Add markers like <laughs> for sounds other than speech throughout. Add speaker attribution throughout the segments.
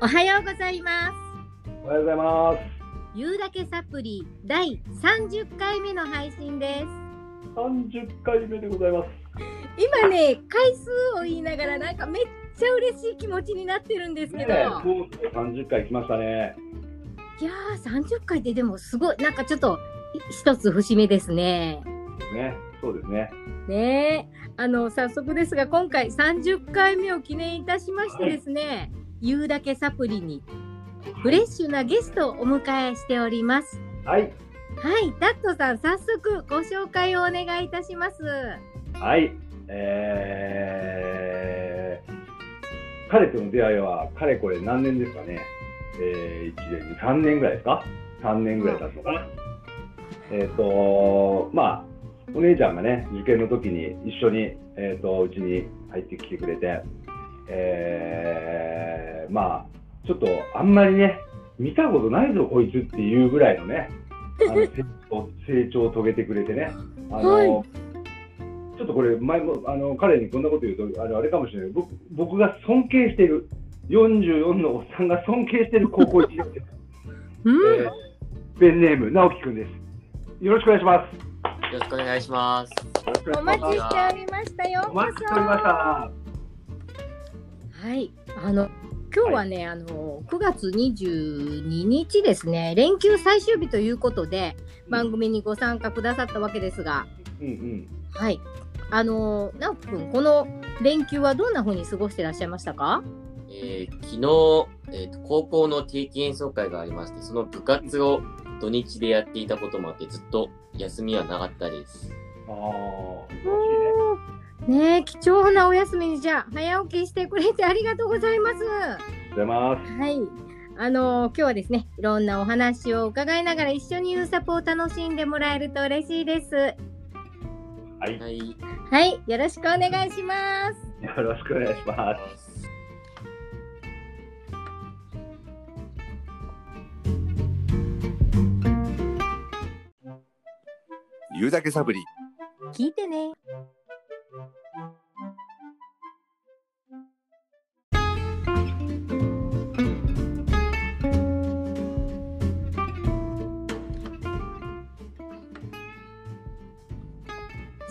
Speaker 1: おはようございます
Speaker 2: おはようございます。
Speaker 1: ゆうだけサプリ第30回目の配信です
Speaker 2: 三十回目でございます。
Speaker 1: 今ね回数を言いながらなんかめっちゃ嬉しい気持ちになってるんですけ
Speaker 2: ね
Speaker 1: ど、
Speaker 2: え、そうですね三十回来ましたね。
Speaker 1: いやー30回ってでもすごいなんかちょっとい一つ節目ですね
Speaker 2: ね、そうですね。
Speaker 1: ねえあの早速ですが今回30回目を記念いたしましてですね、ゆうだけサプリにフレッシュなゲストをお迎えしております
Speaker 2: はい、
Speaker 1: はい、ダットさん、早速ご紹介をお願いいたします。
Speaker 2: はい、えー、彼との出会いは、かれこれ何年ですかね。えー、一年、三年ぐらいですか。三年ぐらい経つのかな。えっ、と、まあ。お姉ちゃんがね、受験の時に一緒に、えっ、と、うちに入ってきてくれて、えー、まあ、ちょっとあんまりね、見たことないぞ、こいつっていうぐらいのね、あの成長成長を遂げてくれ
Speaker 1: <laughs>
Speaker 2: てね、あの、
Speaker 1: はい
Speaker 2: ちょっとこれ、前もあの彼にこんなこと言うと、あれあれかもしれない僕、僕が尊敬している、44のおっさんが尊敬している高校1年
Speaker 1: <laughs>
Speaker 2: 生、
Speaker 1: うん、
Speaker 2: えーペンネーム、直樹くんです。よろしくお願いします。
Speaker 3: よろしくお願いします。
Speaker 2: よろしく
Speaker 1: お
Speaker 2: お願い
Speaker 1: 待
Speaker 2: し
Speaker 1: ちしておりましたよ
Speaker 2: ます。
Speaker 1: う
Speaker 2: お
Speaker 1: こ
Speaker 2: 待ちしておりまし
Speaker 1: そ。
Speaker 2: た。
Speaker 1: はい、あの、今日はね、あの、9月22日ですね、連休最終日ということで。番組にご参加くださったわけですが、
Speaker 2: うんうん。
Speaker 1: はい、あの、なおくん、この連休はどんな風に過ごしてらっしゃいましたか。
Speaker 3: えー昨日、えーと、高校の定期演奏会がありまして、その部活を土日でやっていたこともあって、ずっと休みはなかったです。
Speaker 2: ああ、素晴らしいね。
Speaker 1: ねえ、貴重なお休みに、じゃあ、早起きしてくれてありがとうございます。
Speaker 2: ありがとうございます。
Speaker 1: はい。あの今日はですね、いろんなお話を伺いながら一緒にユーサポを楽しんでもらえると嬉しいです。
Speaker 2: はい、よ
Speaker 3: はい。
Speaker 1: はい、よろしくお願いします。
Speaker 2: ろしくお願いします。
Speaker 4: ゆうだけサブリ
Speaker 1: 聞いてね。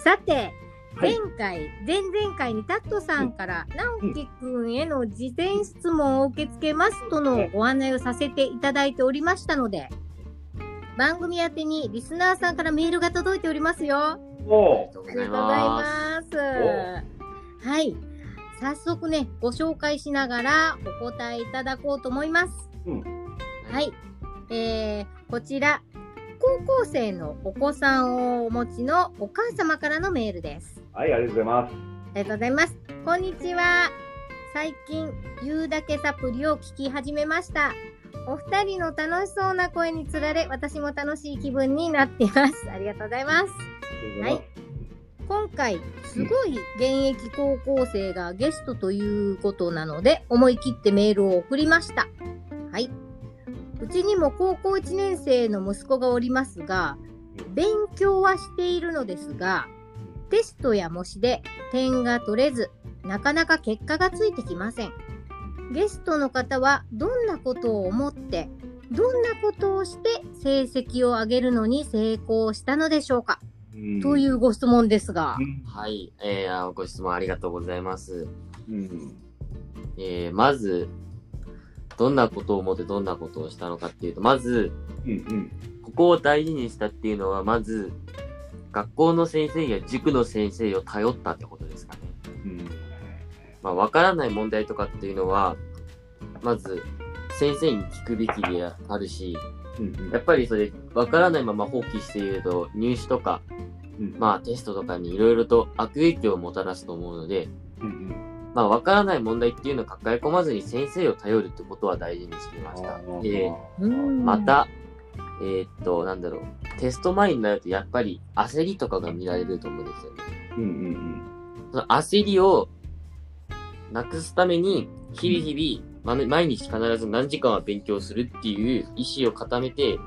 Speaker 1: さて、
Speaker 2: は
Speaker 1: 前
Speaker 2: い
Speaker 1: 回、前々回にタットさんから直樹くんへの事前質問を受け付けますとのご案内をさせていただいておりましたので、番組宛てにリスナーさんからメールが届いておりますよ。
Speaker 3: あり
Speaker 2: おー
Speaker 3: がと
Speaker 1: あ
Speaker 3: うご
Speaker 1: りが
Speaker 3: ざ
Speaker 1: と
Speaker 3: いう
Speaker 1: ござい
Speaker 3: ます。
Speaker 1: ます。はい。早速ね、ご紹介しながらお答えいただこうと思います。
Speaker 2: うん
Speaker 1: はい。えー、こちら、高校生のお子さんをお持ちのお母様からのメールです。
Speaker 2: はい、ありがとうございます。
Speaker 1: ありがとうございます。こんにちは。最近、言うだけサプリを聞き始めました。お二人の楽しそうな声につられ、私も楽しい気分になっています。ありがとうございます。
Speaker 2: ありがとうございます。
Speaker 1: 今回すごい現役高校生がゲストということなので思い切ってメールを送りましたはいうちにも高校1年生の息子がおりますが勉強はしているのですがテストや模試で点が取れずなかなか結果がついてきませんゲストの方はどんなことを思ってどんなことをして成績を上げるのに成功したのでしょうか
Speaker 2: うん
Speaker 1: というご質問ですが
Speaker 2: う。ん
Speaker 3: はい。えーあご質問ありがとうございます。
Speaker 2: うん
Speaker 3: えーまず、どんなことを思ってどんなことをしたのかっていうと、まず、
Speaker 2: うん
Speaker 3: ここを大事にしたっていうのは、まず、学校の先生や塾の先生を頼ったってことですかね。
Speaker 2: うん
Speaker 3: まあ、わからない問題とかっていうのは、まず、先生に聞くべきであるし、
Speaker 2: うん
Speaker 3: やっぱりそれ、わからないまま放棄していると、入試とか、
Speaker 2: うん
Speaker 3: まあ、テストとかにいろいろと悪影響をもたらすと思うので、
Speaker 2: うん
Speaker 3: まあ、わからない問題っていうのを抱え込まずに先生を頼るってことは大事にしていました。で、
Speaker 1: うん
Speaker 3: ま
Speaker 1: <laughs>
Speaker 3: た、えーっと、なんだろう、テスト前になると、やっぱり焦りとかが見られると思うんですよね。
Speaker 2: うんうん
Speaker 3: その焦りをなくすために、日々日々、ま毎日必ず何時間は勉強するっていう意思を固めて、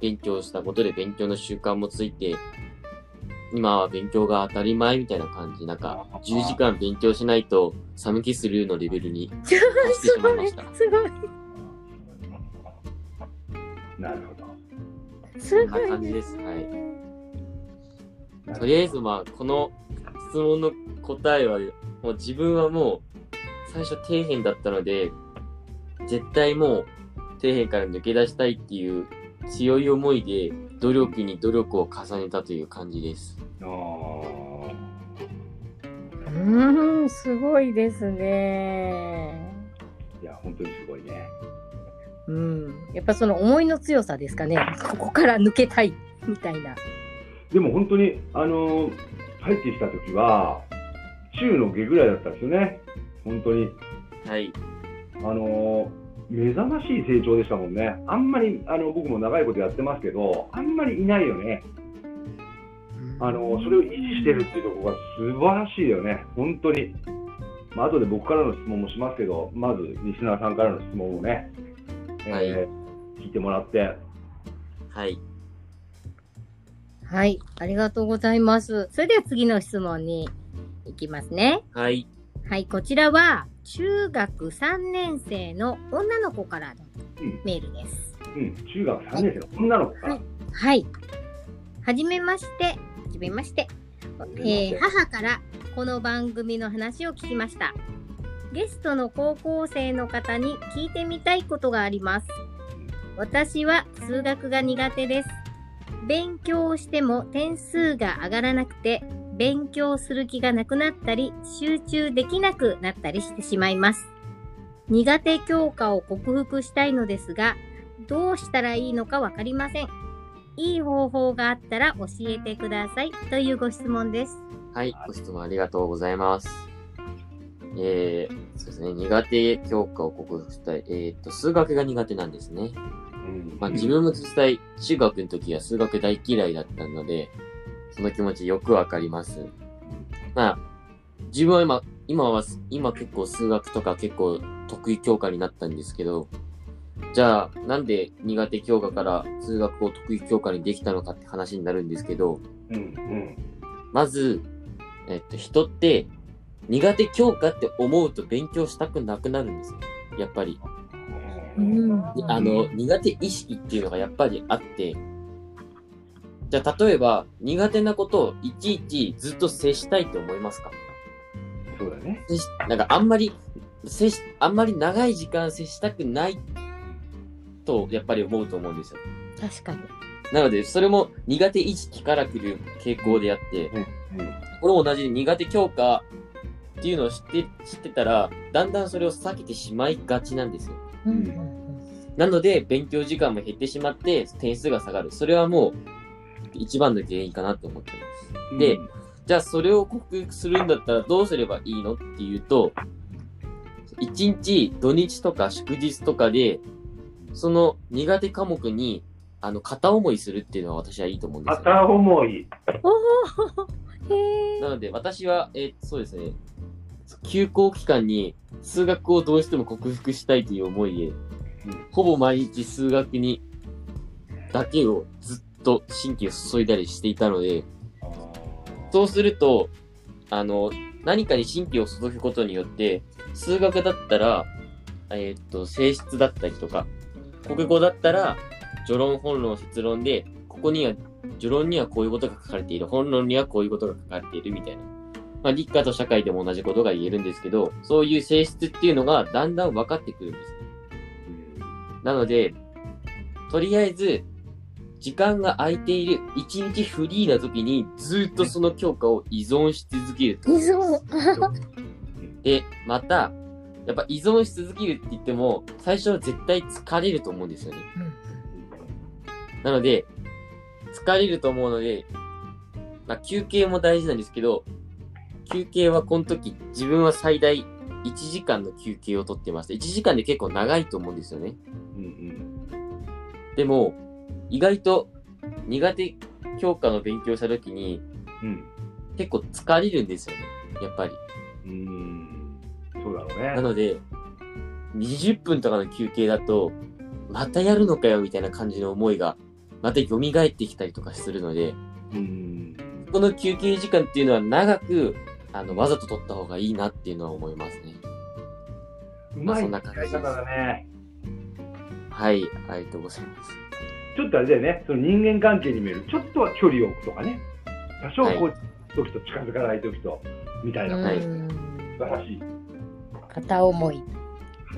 Speaker 3: 勉強したことで勉強の習慣もついて、今は勉強が当たり前みたいな感じ、なんか、10時間勉強しないと、寒気するのレベルに達してしまいました。
Speaker 1: すごい。
Speaker 2: なるほど。
Speaker 1: す
Speaker 3: こんな
Speaker 1: ごい
Speaker 3: 感じ
Speaker 1: ね
Speaker 3: ですはいとりあえずまあこの質問の答えはもう自分はもう最初底辺だったので絶対もう底辺から抜け出したいっていう強い思いで努力に努力を重ねたという感じです。
Speaker 2: あー
Speaker 1: うーん、すごいですね。
Speaker 2: いや、本当にすごいね。
Speaker 1: うん、やっぱその思いの強さですかね。ここから抜けたいみたいな。
Speaker 2: でも本当に、あのー入ってきた時は、中の下ぐらいだったんですよね。本当に。
Speaker 3: はい。
Speaker 2: あのー目覚ましい成長でしたもんね。あんまり、あの、僕も長いことやってますけど、あんまりいないよね。あの、それを維持してるっていうところが素晴らしいよね。本当に。まあ後で僕からの質問もしますけど、まず、西村さんからの質問をね、えー
Speaker 3: はい
Speaker 2: 聞いてもらって、
Speaker 3: はい。
Speaker 1: はい、ありがとうございます。それでは次の質問に行きますね。
Speaker 3: はい。
Speaker 1: はい、こちらは中学3年生の女の子からのメールです。
Speaker 2: うん、中学3年生の女の子か
Speaker 1: は
Speaker 2: ら、
Speaker 1: いはい。はじめまして。はじめまして。えー母からこの番組の話を聞きました。ゲストの高校生の方に聞いてみたいことがあります。私は数学が苦手です。勉強をしても点数が上がらなくて、勉強する気がなくなったり、集中できなくなったりしてしまいます。苦手教科を克服したいのですが、どうしたらいいのかわかりません。いい方法があったら教えてくださいというご質問です。
Speaker 3: はい。ご質問ありがとうございます。えー、そうですね。苦手教科を克服したい。えーっと、数学が苦手なんですね。
Speaker 2: うん
Speaker 3: まあ、自分も実際、中学の時は数学大嫌いだったので、その気持ちよくわかります。まあ、自分は今、今は、今結構数学とか結構得意教科になったんですけど、じゃあ、なんで苦手教科から数学を得意教科にできたのかって話になるんですけど、
Speaker 2: うん、うん、
Speaker 3: まず、えっと、人って苦手教科って思うと勉強したくなくなるんですよ。やっぱり。であの、苦手意識っていうのがやっぱりあって、じゃあ例えば苦手なことをいちいちずっと接したいと思いますか
Speaker 2: そうだね。
Speaker 3: 接しなんかあんまり、接し、あんまり長い時間接したくないとやっぱり思うと思うんですよ。
Speaker 1: 確かに。
Speaker 3: なので、それも苦手意識から来る傾向であって、これも同じで苦手教科っていうのを知って、知ってたら、だんだんそれを避けてしまいがちなんですよ。
Speaker 1: うん
Speaker 3: なので、勉強時間も減ってしまって、点数が下がる。それはもう、一番の原因かなと思ってます。
Speaker 2: うん
Speaker 3: で、じゃあそれを克服するんだったらどうすればいいのっていうと、一日、土日とか祝日とかで、その苦手科目に、あの、片思いするっていうのは私はいいと思うんですよ、
Speaker 2: 片思い。
Speaker 1: おお。へえ。
Speaker 3: なので、私は、えーそうですね、休校期間に数学をどうしても克服したいという思いで、ほぼ毎日数学に、だけをずっと神経を注いだりしていたので、そうすると、あの、何かに神経を注ぐことによって、数学だったら、えーっと、性質だったりとか、国語だったら、序論、本論、説論で、ここには、序論にはこういうことが書かれている、本論にはこういうことが書かれているみたいな。まあ、理科と社会でも同じことが言えるんですけど、そういう性質っていうのがだんだん分かってくるんです。なので、とりあえず、時間が空いている、一日フリーな時に、ずっとその教科を依存し続ける。
Speaker 1: 依存。 <laughs>
Speaker 3: で、また、やっぱ依存し続けるって言っても、最初は絶対疲れると思うんですよね。なので、疲れると思うので、まあ、休憩も大事なんですけど、休憩はこの時、自分は最大1時間の休憩をとってました。1時間で結構長いと思うんですよね。
Speaker 2: うん
Speaker 3: でも、意外と苦手教科の勉強した時に
Speaker 2: うんうん
Speaker 3: 結構疲れるんですよね。やっぱり。
Speaker 2: うんそうだろう
Speaker 3: な
Speaker 2: ね。
Speaker 3: ので、20分とかの休憩だと、またやるのかよみたいな感じの思いが、また蘇ってきたりとかするので、
Speaker 2: うん
Speaker 3: この休憩時間っていうのは長く、あの、わざと取った方がいいなっていうのは思いますね。
Speaker 2: う
Speaker 3: まあ
Speaker 2: まい
Speaker 3: そんな感じです
Speaker 2: 使い方だね。
Speaker 3: はい、ありがとうございます。
Speaker 2: ちょっとあれだよね、その人間関係に見える、ちょっとは距離を置くとかね、多少こう、時と近づかない時と、みたいな、
Speaker 3: は
Speaker 2: 素
Speaker 3: い
Speaker 1: うん
Speaker 2: 晴らしい
Speaker 1: 片思い、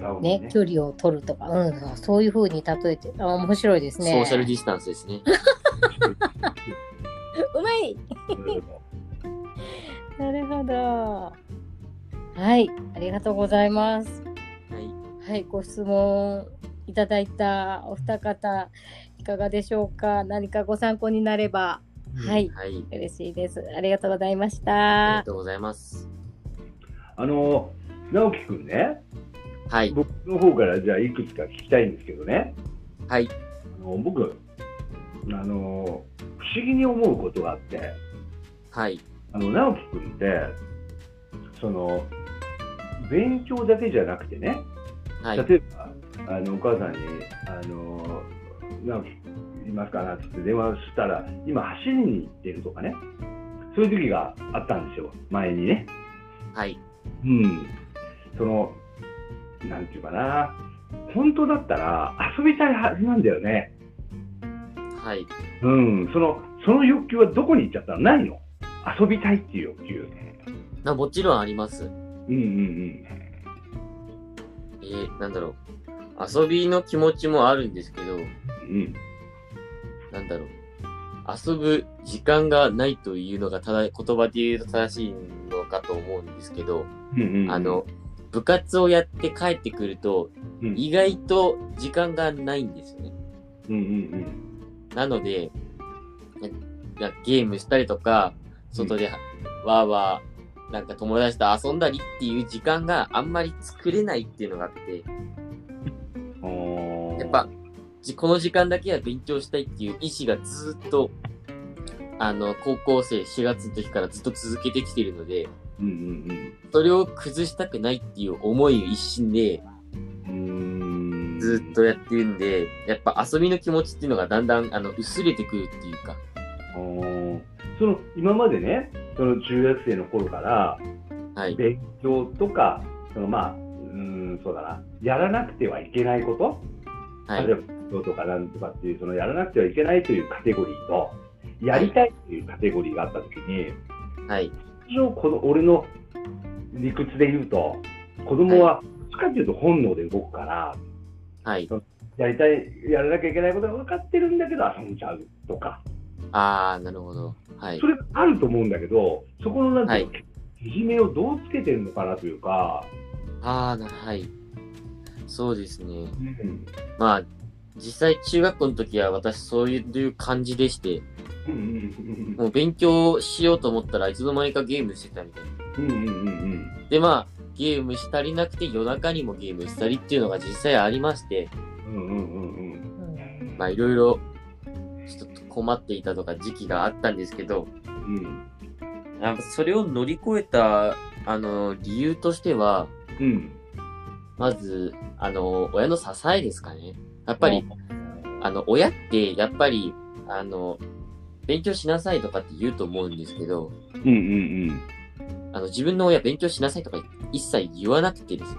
Speaker 2: 方をね
Speaker 1: ね、距離を取るとか、うん、そういうふうに例えて、あ面白いですね。
Speaker 3: ソーシャルディスタンスですね。
Speaker 1: うまいなるほど。はい、ありがとうございます。
Speaker 3: はい。
Speaker 1: はい、ご質問いただいたお二方、いかがでしょうか何かご参考になれば、はい、
Speaker 3: はい。
Speaker 1: 嬉しいです。ありがとうございまし
Speaker 3: ありが
Speaker 1: た。
Speaker 3: とうございます。
Speaker 2: あの直樹君ね、
Speaker 3: はい。
Speaker 2: 僕の方からじゃあ、いくつか聞きたいんですけどね、
Speaker 3: はい。
Speaker 2: あの僕、あの不思議に思うことがあって、
Speaker 3: はい。
Speaker 2: あの直樹君って、その勉強だけじゃなくてね、
Speaker 3: はい。
Speaker 2: 例えばあのお母さんに「あの直樹いますかな?」って言って電話したら今走りに行ってるとかねそういう時があったんですよ前にね。
Speaker 3: はい。
Speaker 2: うん、そのなんていうかな本当だったら遊びたいはずなんだよね。
Speaker 3: はい。
Speaker 2: うん、そのその欲求はどこに行っちゃったのないの遊びたいっていう欲求。
Speaker 3: なもちろんあります。
Speaker 2: うんうん
Speaker 3: えー、なんだろう。遊びの気持ちもあるんですけど、
Speaker 2: うん。うん、
Speaker 3: なんだろう。遊ぶ時間がないというのがただ言葉で言うと正しいのかと思うんですけど、
Speaker 2: うんうん、
Speaker 3: あの、部活をやって帰ってくると、
Speaker 2: うん
Speaker 3: 意外と時間がないんですよね。
Speaker 2: うんうん
Speaker 3: なので、ななゲームしたりとか、外でわーわー、なんか友達と遊んだりっていう時間があんまり作れないっていうのがあって、
Speaker 2: うん。
Speaker 3: やっぱ、じこの時間だけは勉強したいっていう意志がずっと、あの、高校生4月の時からずっと続けてきてるので、
Speaker 2: うんうん
Speaker 3: それを崩したくないっていう思いを一心で
Speaker 2: うん。うーん
Speaker 3: ずっとやってるんで、やっぱ遊びの気持ちっていうのがだんだん、あの、薄れてくるっていうか、
Speaker 2: あーその今までね、その中学生の頃から
Speaker 3: はい。
Speaker 2: 勉強とか、そのまあ、うーん、そうだな、やらなくてはいけないこと、
Speaker 3: は
Speaker 2: 例え
Speaker 3: い。
Speaker 2: ば勉強とかなんとかっていう、そのやらなくてはいけないというカテゴリーと、やりたいというカテゴリーがあったときに、
Speaker 3: はい。
Speaker 2: 通常この俺の理屈で言うと、子供は、どっちかっていうと本能で動くから、
Speaker 3: はい。
Speaker 2: やりたい、やらなきゃいけないことが分かってるんだけど、遊んじゃうとか。
Speaker 3: あー、なるほど。はい
Speaker 2: そ。れがあると思うんだけど、そこのなんていうの、
Speaker 3: は
Speaker 2: けじめをどうつけてるのかなというか、
Speaker 3: あー、なはい。そうですね。
Speaker 2: うん、
Speaker 3: まあ、実際中学校の時は私そういう感じでして、
Speaker 2: うんうん
Speaker 3: もう勉強しようと思ったらいつの間にかゲームしてたみたいな。
Speaker 2: うんうんうんうん
Speaker 3: で、まあ、ゲームしたりなくて夜中にもゲームしたりっていうのが実際ありまして、
Speaker 2: うんうんうんうん
Speaker 1: うん
Speaker 3: まあいろいろちょっと困っていたとか時期があったんですけど、
Speaker 2: うん
Speaker 3: なんかそれを乗り越えた、あの、理由としては、
Speaker 2: うん
Speaker 3: まず、あの、親の支えですかね。やっぱり、あの、親って、やっぱり、あの、勉強しなさいとかって言うと思うんですけど、
Speaker 2: うんうんうん
Speaker 3: あの、自分の親勉強しなさいとか一切言わなくてですね。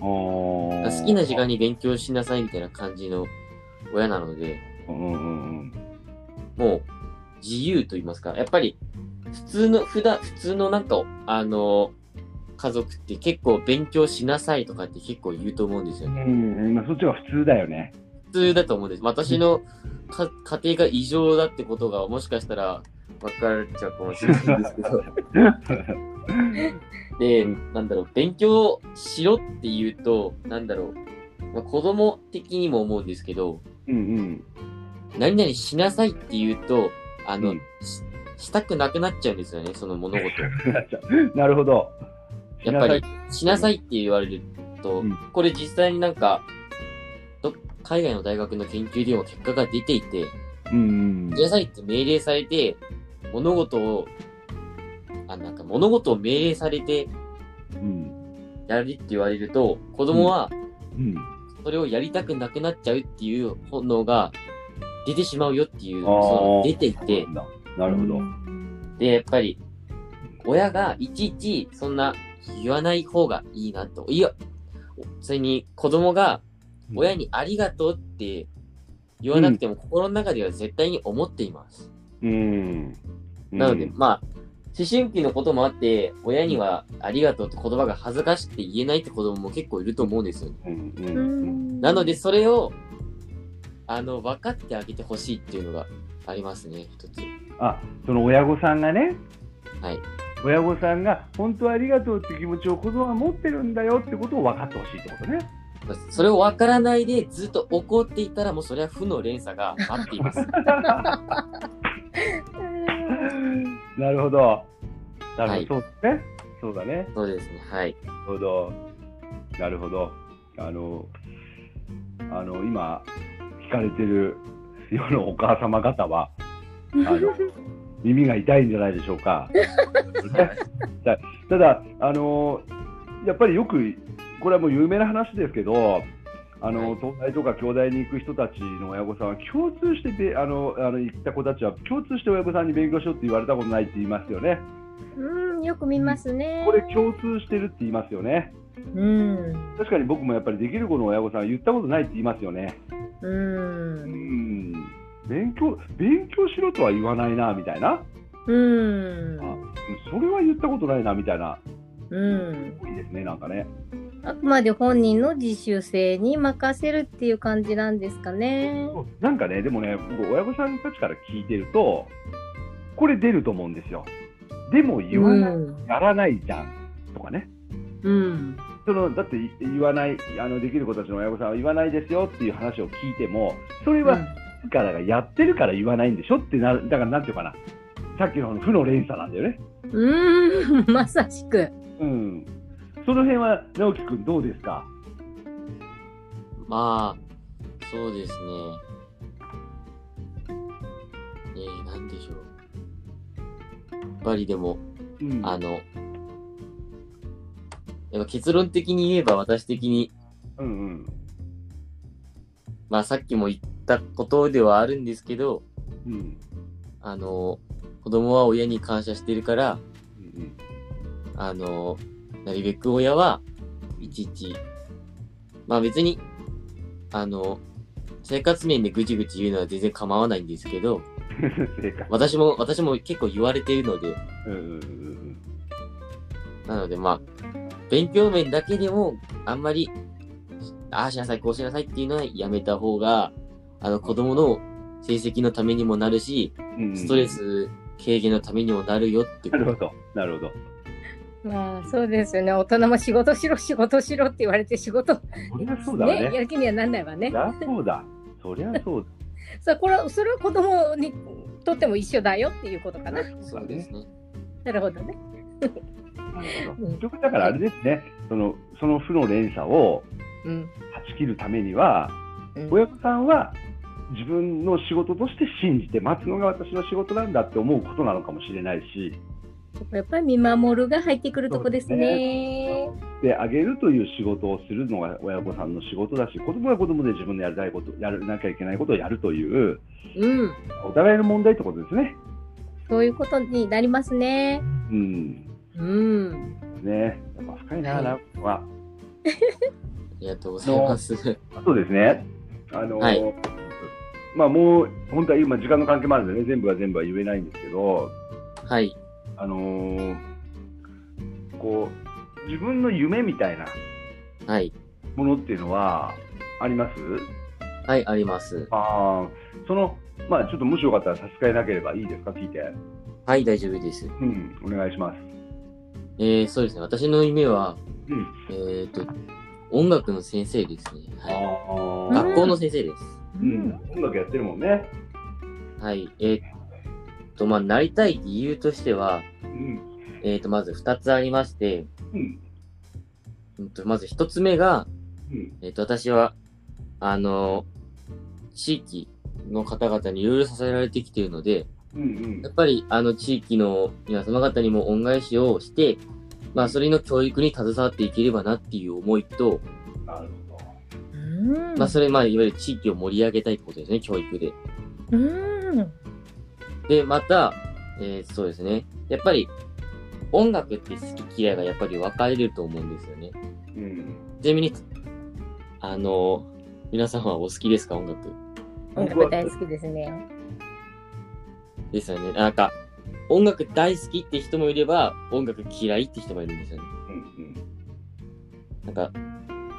Speaker 2: あー
Speaker 3: 好きな時間に勉強しなさいみたいな感じの親なので、
Speaker 2: うんうんうん
Speaker 3: もう自由と言いますか、やっぱり普通の、普段、普通のなんか、あの、家族って結構勉強しなさいとかって結構言うと思うんですよね。
Speaker 2: うんまあそっちが普通だよね
Speaker 3: 普通だと思うんです。私のか家庭が異常だってことがもしかしたら分かっちゃうかもしれないんですけど。で、なんだろう、勉強しろって言うと、なんだろう、まあ、子供的にも思うんですけど、
Speaker 2: うん
Speaker 3: 何々しなさいって言うと、あの、
Speaker 2: うん
Speaker 3: ししたくなくなっちゃうんですよね、その物
Speaker 2: <laughs>
Speaker 3: 事。
Speaker 2: うんなるほど
Speaker 3: やっぱり、しなさいって言われると、
Speaker 2: うん
Speaker 3: これ実際になんか、ど海外の大学の研究でも結果が出ていて、
Speaker 2: うんうん
Speaker 3: しなさいって命令されて、物事を、あ、なんか物事を命令されて
Speaker 2: うん
Speaker 3: やるって言われると、子供は
Speaker 2: うん
Speaker 3: それをやりたくなくなっちゃうっていう本能が出てしまうよっていう、
Speaker 2: あー
Speaker 3: その出ていて、
Speaker 2: なるほど
Speaker 3: で、やっぱり、親がいちいちそんな言わない方がいいなと。いや、それに子供が親にありがとうって言わなくても心の中では絶対に思っています。
Speaker 2: うん。
Speaker 3: なので、
Speaker 2: うん
Speaker 3: まあ、思春期のこともあって、親にはありがとうって言葉が恥ずかしくて言えないって子供も結構いると思うんですよね。
Speaker 2: うんう
Speaker 1: うん
Speaker 2: うん
Speaker 1: ん
Speaker 3: なので、それを、あの、分かってあげてほしいっていうのがありますね、一つ。
Speaker 2: あその親御さんがね
Speaker 3: はい。
Speaker 2: 親御さんが本当はありがとうって気持ちを子供は持ってるんだよってことを分かってほしいってことね。 <laughs>
Speaker 3: それを分からないでずっと怒っていたら、もうそれは負の連鎖が待っています。
Speaker 2: なるほど。な
Speaker 3: は
Speaker 2: る
Speaker 3: い
Speaker 2: ほど、そうですね。そうだね。
Speaker 3: そうですね、はい。
Speaker 2: なるほど。なるほど。あの、あの、今、聞かれてる世のお母様方は、あの耳が痛いんじゃないでしょうか。ただ、あの、やっぱりよく、これはもう有名な話ですけど、あの
Speaker 3: はい
Speaker 2: 東大とか京大に行く人たちの親御さんは共通してべあのあの行った子たちは共通して親御さんに勉強しろって言われたことないって言いますよね。
Speaker 1: うん、よく見ますね。
Speaker 2: これ共通してるって言いますよね。
Speaker 1: うん。
Speaker 2: 確かに僕もやっぱりできる子の親御さんは言ったことないって言いますよね。
Speaker 1: う。
Speaker 2: うんん。勉強、勉強しろとは言わないな、みたいな。
Speaker 1: うん。
Speaker 2: それは言ったことないな、みたいな。
Speaker 1: うん。
Speaker 2: 多いですね、なんかね。
Speaker 1: あくまで本人の自主性に任せるっていう感じなんですかね。
Speaker 2: なんかね、でもね、僕、親御さんたちから聞いてると、これ出ると思うんですよ。でも言わない、
Speaker 1: うん。
Speaker 2: やらないじゃん、とかね。
Speaker 1: うん。
Speaker 2: そのだってい言わないあのできる子たちの親御さんは言わないですよっていう話を聞いてもそれは自らがやってるから言わないんでしょってなるだからなんていうかなさっきの負の連鎖なんだよね
Speaker 1: うん、まさしく。
Speaker 2: うんその辺は直樹君どうですか
Speaker 3: まあ、そうですね。えー、なんでしょう。やっぱりでも、
Speaker 2: うん
Speaker 3: あの、やっぱ結論的に言えば私的に、
Speaker 2: うんうん
Speaker 3: まあさっきも言ったことではあるんですけど、
Speaker 2: うん
Speaker 3: あの、子供は親に感謝してるから、
Speaker 2: うん
Speaker 3: あの、なるべく親はいちいち、まあ別に、あの、生活面でぐちぐち言うのは全然構わないんですけど、
Speaker 2: 正解
Speaker 3: 私も、私も結構言われているので、
Speaker 2: うんうんうん
Speaker 3: なのでまあ、勉強面だけでも、あんまり、ああしなさい、こうしなさいっていうのはやめた方が、あの子供の成績のためにもなるし、
Speaker 2: うんうん
Speaker 3: ストレス軽減のためにもなるよってこ
Speaker 2: <laughs> なるほ
Speaker 3: と。
Speaker 2: どなるほど
Speaker 1: まあ、そうですよね。大人も仕事しろ、仕事しろって言われて仕事、
Speaker 2: そりゃそうだわ
Speaker 1: ね、や
Speaker 2: ね
Speaker 1: る気にはなんないわね
Speaker 2: そり。ゃそうだそりゃそうだ
Speaker 1: さあ、これは、それは子供にとっても一緒だよっていうことかな。
Speaker 3: そうですね。
Speaker 1: なるほどね。
Speaker 2: なるほ
Speaker 1: う
Speaker 2: ど
Speaker 1: ん
Speaker 2: 結局だからあれですねそのその負の連鎖を
Speaker 1: うん。
Speaker 2: 断ち切るためには
Speaker 1: うん
Speaker 2: 親御さんは自分の仕事として信じて待つのが私の仕事なんだって思うことなのかもしれないし
Speaker 1: やっぱり見守るが入ってくるとこですね。
Speaker 2: であげるという仕事をするのが親御さんの仕事だし子供は子供で自分のやりたいことやらなきゃいけないことをやるという
Speaker 1: うん。
Speaker 2: お互いの問題ってことですね。
Speaker 1: そういうことになりますね。
Speaker 2: うん
Speaker 1: うん。
Speaker 2: ねやっぱ深いな、
Speaker 3: はい
Speaker 2: ラブは。
Speaker 3: ありがとうございます。
Speaker 2: あとですね、あのー
Speaker 3: はい
Speaker 2: まあ、もう本当は今、時間の関係もあるんでね、全部は全部は言えないんですけど、
Speaker 3: <laughs> はい。
Speaker 2: あのーこう自分の夢みたいな
Speaker 3: はい。
Speaker 2: ものっていうのはあります
Speaker 3: はい、あります。
Speaker 2: ああそのまあちょっともしよかったら差し支えなければいいですか聞いて
Speaker 3: はい、大丈夫です。
Speaker 2: うんお願いします
Speaker 3: えー、そうですね。私の夢は、
Speaker 2: うん
Speaker 3: えっ、と、音楽の先生ですね。はい。
Speaker 2: あ
Speaker 1: あ
Speaker 3: 学校の先生です。
Speaker 2: うん、音楽やってるもんね
Speaker 3: はい。えっ、と、まあ、なりたい理由としては、
Speaker 2: うん
Speaker 3: えっ、と、まず二つありまして、
Speaker 2: うん
Speaker 3: うんと、まず一つ目が、
Speaker 2: うん
Speaker 3: えっ、と、私は、あの地域の方々にいろいろ支えられてきているので、
Speaker 2: うん
Speaker 3: やっぱり、あの、地域の皆様方にも恩返しをして、まあ、それの教育に携わっていければなっていう思いと、
Speaker 2: うんなるほ
Speaker 1: うん
Speaker 3: まあ、それ、まあ、いわゆる地域を盛り上げたいってことですね、教育で。
Speaker 1: うん。
Speaker 3: で、また、えーそうですね。やっぱり、音楽って好き嫌いがやっぱり分かれると思うんですよね。
Speaker 2: どうん
Speaker 3: ちなみに、あの、皆さんはお好きですか、音楽。
Speaker 1: 音楽大好きですね。
Speaker 3: ですよね。なんか、音楽大好きって人もいれば、音楽嫌いって人もいるんですよね。
Speaker 2: うん
Speaker 3: なんか、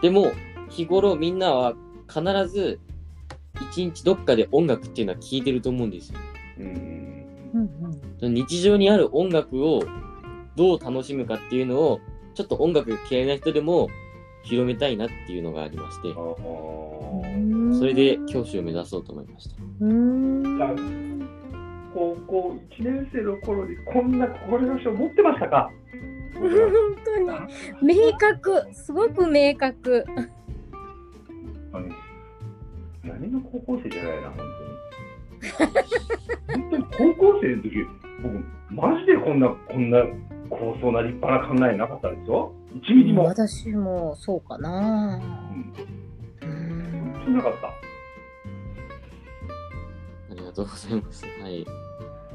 Speaker 3: でも、日頃みんなは必ず、一日どっかで音楽っていうのは聴いてると思うんですよ。
Speaker 2: うんうん
Speaker 1: うんうん
Speaker 3: 日常にある音楽をどう楽しむかっていうのを、ちょっと音楽嫌いな人でも広めたいなっていうのがありまして、
Speaker 2: あー
Speaker 3: それで教師を目指そうと思いました。
Speaker 1: うーん。
Speaker 2: 高校1年生の頃にこんな志を持ってました
Speaker 3: <laughs>
Speaker 2: か
Speaker 1: 本当に明確すごく明確
Speaker 2: 何何の高校生じゃないな、本当に。本当に高校生の時、僕、マジでこんな、こんな高層な立派な考えなかったですよ。1ミリも。
Speaker 1: 私もそうかなう
Speaker 2: 本
Speaker 1: ん
Speaker 2: 当になかった。
Speaker 3: ありがとうございます。はい。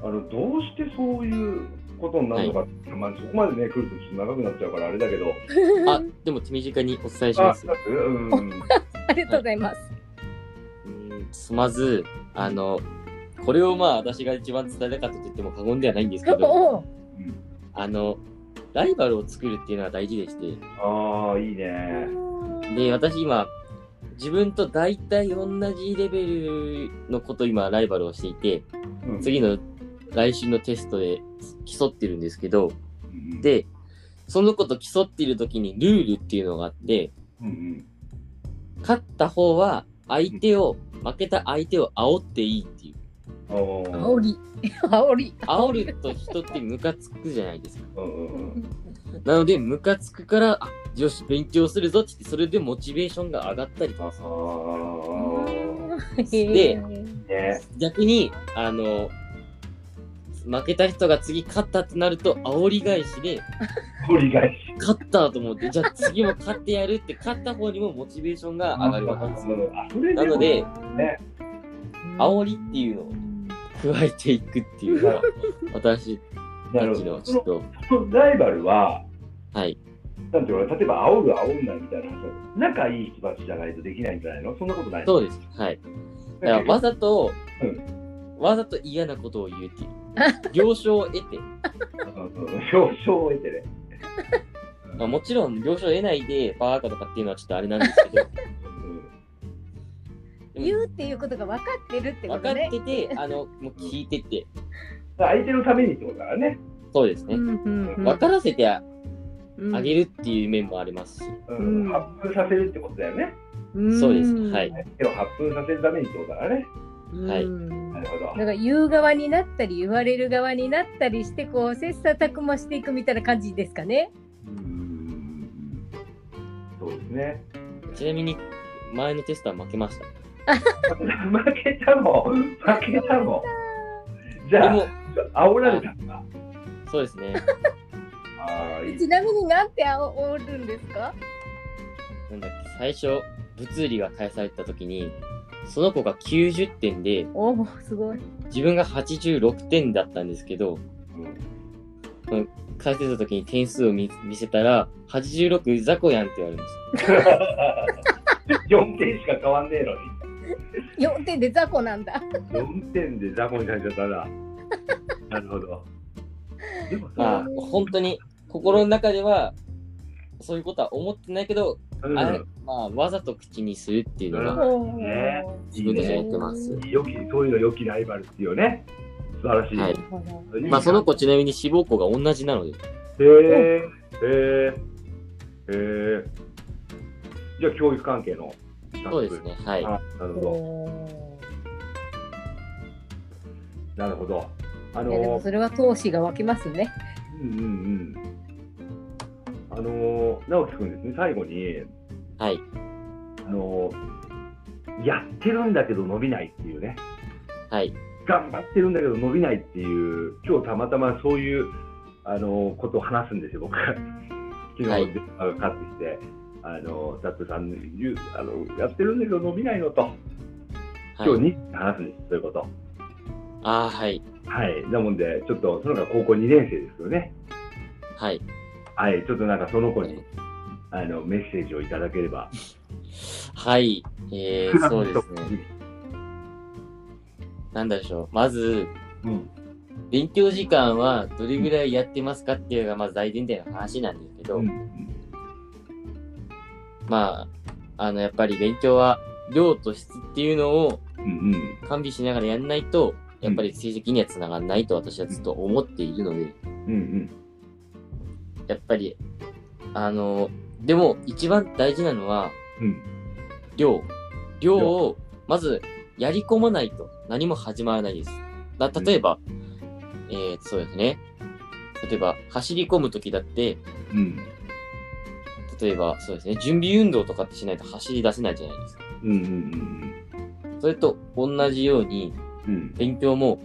Speaker 2: あの、どうしてそういうことになるのか、まあ、そこまでね、来るとちょっと長くなっちゃうからあれだけど。
Speaker 3: あ、でも手短にお伝えします。
Speaker 2: あうん。
Speaker 1: <laughs> ありがとうございます、
Speaker 3: うーんまず、あの、これをまあ私が一番伝えたかったと言っても過言ではないんですけど、
Speaker 1: <laughs> おう
Speaker 3: あの、ライバルを作るっていうのは大事でして、
Speaker 2: ああ、いいね。
Speaker 3: で、私今、自分と大体同じレベルのこと今ライバルをしていて、
Speaker 2: うん、
Speaker 3: 次の来週のテストで競ってるんですけど、
Speaker 2: うん、
Speaker 3: で、その子と競っている時にルールっていうのがあって、
Speaker 2: うんうん、
Speaker 3: 勝った方は相手を、負けた相手を煽っていいっていう。
Speaker 2: おー
Speaker 1: 煽り煽り
Speaker 3: 煽ると人ってムカつくじゃないですか。
Speaker 2: うんうんうん
Speaker 3: なので、ムカつくから、あ、よし、勉強するぞって言って、それでモチベーションが上がったりと
Speaker 2: あ
Speaker 3: か。
Speaker 2: ー
Speaker 1: へー
Speaker 2: ね
Speaker 3: 逆に、あの、負けた人が次勝ったってなると、煽り返しで、
Speaker 2: 繰り返し。
Speaker 3: 勝ったと思って、じゃあ次も勝ってやるって、勝った方にもモチベーションが上がるわけですよ。
Speaker 2: あそれ
Speaker 3: なので、
Speaker 2: ね、
Speaker 3: 煽りっていうのを加えていくっていうのが、私
Speaker 2: な
Speaker 3: た
Speaker 2: る
Speaker 3: ち
Speaker 2: ほ
Speaker 3: の
Speaker 2: ど。
Speaker 3: ちょっ
Speaker 2: そ
Speaker 3: と、
Speaker 2: のライバルは、
Speaker 3: はい。
Speaker 2: なんていうの、例えば、煽る、煽んないみたいな話、仲いい人たちじゃないとできないんじゃないのそんなことない
Speaker 3: そう
Speaker 2: う
Speaker 3: です。はい。だからわざと、
Speaker 2: う
Speaker 3: わざと嫌なことを言うっていう。了承を得て、
Speaker 2: 表彰を得てね。
Speaker 3: まあ、もちろん了承を得ないでバーカとかっていうのはちょっとあれなんですけど、
Speaker 1: 言うっていうことが分かってるってこ
Speaker 3: 分か
Speaker 1: とね
Speaker 3: ってて、あの、もう聞いてて、
Speaker 2: 相手のためにってことだからね。
Speaker 3: そうですね。分からせてあ
Speaker 1: うん
Speaker 3: げるっていう面もありますし、
Speaker 2: うん。発奮させるってことだよね。
Speaker 1: うん
Speaker 3: そうですはい
Speaker 2: 相手を発奮させるためにってことだからね。
Speaker 3: はい
Speaker 1: うん
Speaker 2: なるほど
Speaker 1: だ。から言う側になったり言われる側になったりしてこう切磋琢磨していくみたいな感じですかね。
Speaker 2: うん。そうですね。
Speaker 3: ちなみに、前のテストは負けました。
Speaker 2: 負けたもん。負けたもん。じ
Speaker 3: で
Speaker 2: ゃ
Speaker 3: も、
Speaker 2: あ、煽られたんだ。
Speaker 3: そうですね。
Speaker 2: あーいい
Speaker 1: ちなみになんておるんですか？
Speaker 3: なんだっけ、最初、物理が返された時に、その子が90点で、
Speaker 1: おおすごい。
Speaker 3: 自分が86点だったんですけど、
Speaker 2: うん
Speaker 3: 返せた時に点数を見見せたら、86雑魚やんって言われまし
Speaker 2: 4点しか変わんねえのに。
Speaker 1: 四点で雑魚なんだ。
Speaker 2: 4点で雑魚になっちゃったら。なるほど。でも
Speaker 3: た。まあ、本当に心の中では、そういうことは思ってないけど、
Speaker 2: うん
Speaker 3: あれ、まあ、わざと口にするっていうの
Speaker 2: う
Speaker 3: が、
Speaker 1: おー
Speaker 2: ね
Speaker 3: 自分たちがやってます。
Speaker 2: 良き、そういうの良きライバルっていうよね。素晴らしい。
Speaker 3: は
Speaker 1: なるほど
Speaker 2: いいな
Speaker 3: まあ、その子ちなみに志望校が同じなので、
Speaker 2: へえ。へえ。へえ。じゃあ、教育関係の。
Speaker 3: そうです。ね。はい。
Speaker 2: あ、なるほど。
Speaker 1: お
Speaker 2: なるほど。あ
Speaker 1: ーいやで
Speaker 2: の
Speaker 1: も
Speaker 2: ー、
Speaker 1: それは闘志が湧きますね。
Speaker 2: うんうんうん。あのー、直樹くんですね、最後に、
Speaker 3: はい。
Speaker 2: あのやってるんだけど伸びないっていうね
Speaker 3: はい。
Speaker 2: 頑張ってるんだけど伸びないっていう今日たまたまそういうあのことを話すんですよ僕昨日
Speaker 3: はい
Speaker 2: 電話がかかってきて、あのザップさんに言うあのやってるんだけど伸びないのと
Speaker 3: は
Speaker 2: 今日
Speaker 3: い。
Speaker 2: に話すんです、そういうこと
Speaker 3: ああ、はい。
Speaker 2: はいなもんでちょっとその子が高校2年生ですよね
Speaker 3: はい。
Speaker 2: はいちょっとなんかその子にあのメッセージをいただければ
Speaker 3: はい。えー、そうですね。なんだでしょう。まず、
Speaker 2: うん。
Speaker 3: 勉強時間はどれぐらいやってますかっていうのが、まず大前提の話なんですけど、
Speaker 2: うん。
Speaker 3: まあ、あの、やっぱり勉強は、量と質っていうのを
Speaker 2: うん。
Speaker 3: 完備しながらやんないと、やっぱり成績にはつながらないと私はずっと思っているので、
Speaker 2: うん。
Speaker 3: やっぱり、あの、でも一番大事なのは、
Speaker 2: うん。
Speaker 3: 量。量を、まず、やり込まないと何も始まらないです。だ例えば、えー、そうですね。例えば、走り込むときだって、
Speaker 2: うん。
Speaker 3: 例えば、そうですね、準備運動とかってしないと走り出せないじゃないですか。
Speaker 2: うん。うん。
Speaker 3: それと同じように、
Speaker 2: うん。
Speaker 3: 勉強も、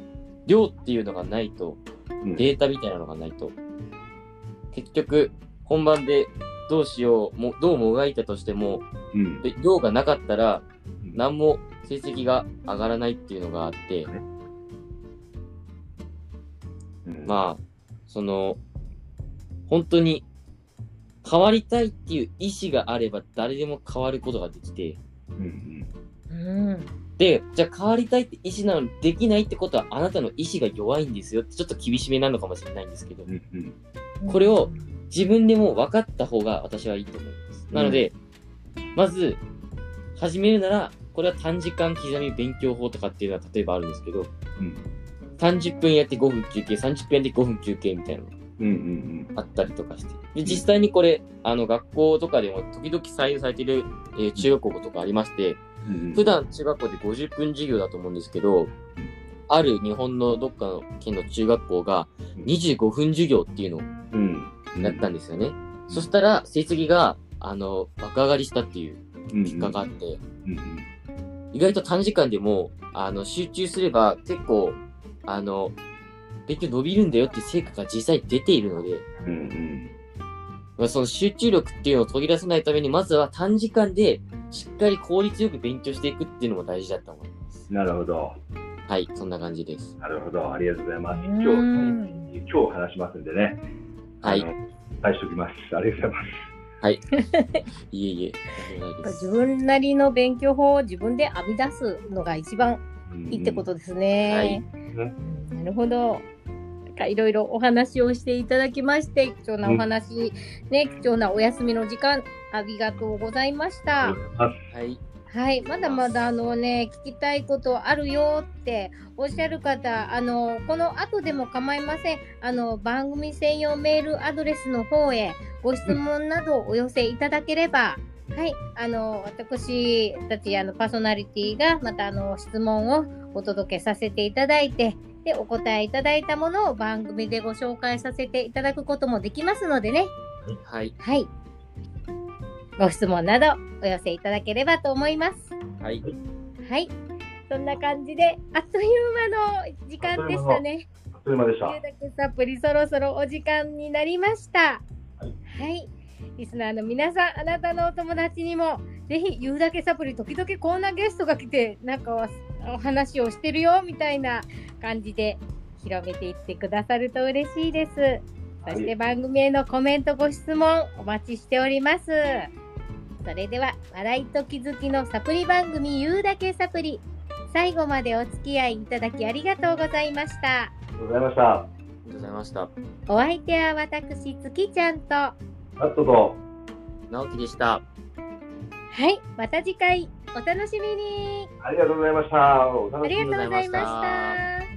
Speaker 3: 量っていうのがないと、
Speaker 2: うん。
Speaker 3: データみたいなのがないと、結局、本番でどうしよう、もどうもがいたとしても、
Speaker 2: うん。
Speaker 3: で量がなかったら、
Speaker 2: な
Speaker 3: 何も成績が上がらないっていうのがあって、
Speaker 2: あ、
Speaker 3: まあ、その、本当に変わりたいっていう意志があれば誰でも変わることができて、
Speaker 2: うん。
Speaker 1: うん。
Speaker 3: で、じゃあ変わりたいって意志なのにできないってことはあなたの意志が弱いんですよってちょっと厳しめなのかもしれないんですけど、
Speaker 2: うん。うん。
Speaker 3: これを自分でも分かった方が私はいいと思います。なので、まず、始めるなら、これは短時間刻み勉強法とかっていうのは例えばあるんですけど、
Speaker 2: うん
Speaker 3: 30分やって5分休憩、30分やって5分休憩みたいなの
Speaker 2: うん。うん。
Speaker 3: あったりとかして。で、実際にこれ、あの、学校とかでも時々採用されている、えー中学校とかありまして、
Speaker 2: うん。
Speaker 3: 普段中学校で50分授業だと思うんですけど、ある日本のどっかの県の中学校が25分授業っていうのを
Speaker 2: うん。
Speaker 3: やったんですよね。そしたら、成績が、あの、爆上がりしたっていう
Speaker 2: 結
Speaker 3: 結果があって、
Speaker 2: うん。
Speaker 3: 意外と短時間でも、あの、集中すれば結構、あの、勉強伸びるんだよって成果が実際出ているので、
Speaker 2: うん。
Speaker 3: まあその集中力っていうのを途切らせないために、まずは短時間でしっかり効率よく勉強していくっていうのも大事だと思います。
Speaker 2: なるほど。
Speaker 3: はい、そんな感じです。
Speaker 2: なるほど。ありがとうございます。今
Speaker 1: うん
Speaker 2: 日、今日話しますんでね。
Speaker 3: はい
Speaker 2: あの。返しておきます。ありがとうございます。
Speaker 3: いえいえ、とんでもないで
Speaker 1: 自
Speaker 3: す。
Speaker 1: 分なりの勉強法を自分で編み出すのが一番いいってことですね。
Speaker 2: はい
Speaker 1: うんなるほど。なんかいろいろお話をしていただきまして、貴重なお話、ね、貴重なお休みの時間、ありがとうございました
Speaker 2: あり。がとうございます。
Speaker 3: はい。
Speaker 1: はい、まだまだあのね、聞きたいことあるよっておっしゃる方、あの、この後でも構いません。あの、番組専用メールアドレスの方へご質問などお寄せいただければ、はい、あの、私たちあのパーソナリティがまたあの質問をお届けさせていただいて、で、お答えいただいたものを番組でご紹介させていただくこともできますのでね。
Speaker 3: はい。
Speaker 1: はい。ご質問などお寄せいただければと思います。
Speaker 3: はい。
Speaker 1: はい。そんな感じで、あっという間の時間でしたね。
Speaker 2: あっという間でした。
Speaker 1: ゆうだけサプリ、そろそろお時間になりました。はい。リスナーの皆さん、あなたのお友達にも、ぜひ、ゆうだけサプリ、時々こんなゲストが来て、なんかおお話をしてるよ、みたいな感じで、広めていってくださると嬉しいです。そして番組へのコメント、ご質問、お待ちしております。それでは、笑いと気づきのサプリ番組、ゆうだけサプリ。最後までお付き合いいただきありがとうございました。
Speaker 2: ありがとうございました。
Speaker 3: ありがとうございました。
Speaker 1: お相手は私、月ちゃんと。は
Speaker 2: ラットと、
Speaker 3: 直樹でした。
Speaker 1: い、また次回、お楽しみに。
Speaker 2: ありがとうございました。お楽しみ
Speaker 1: あ
Speaker 2: に
Speaker 1: りがとうございました。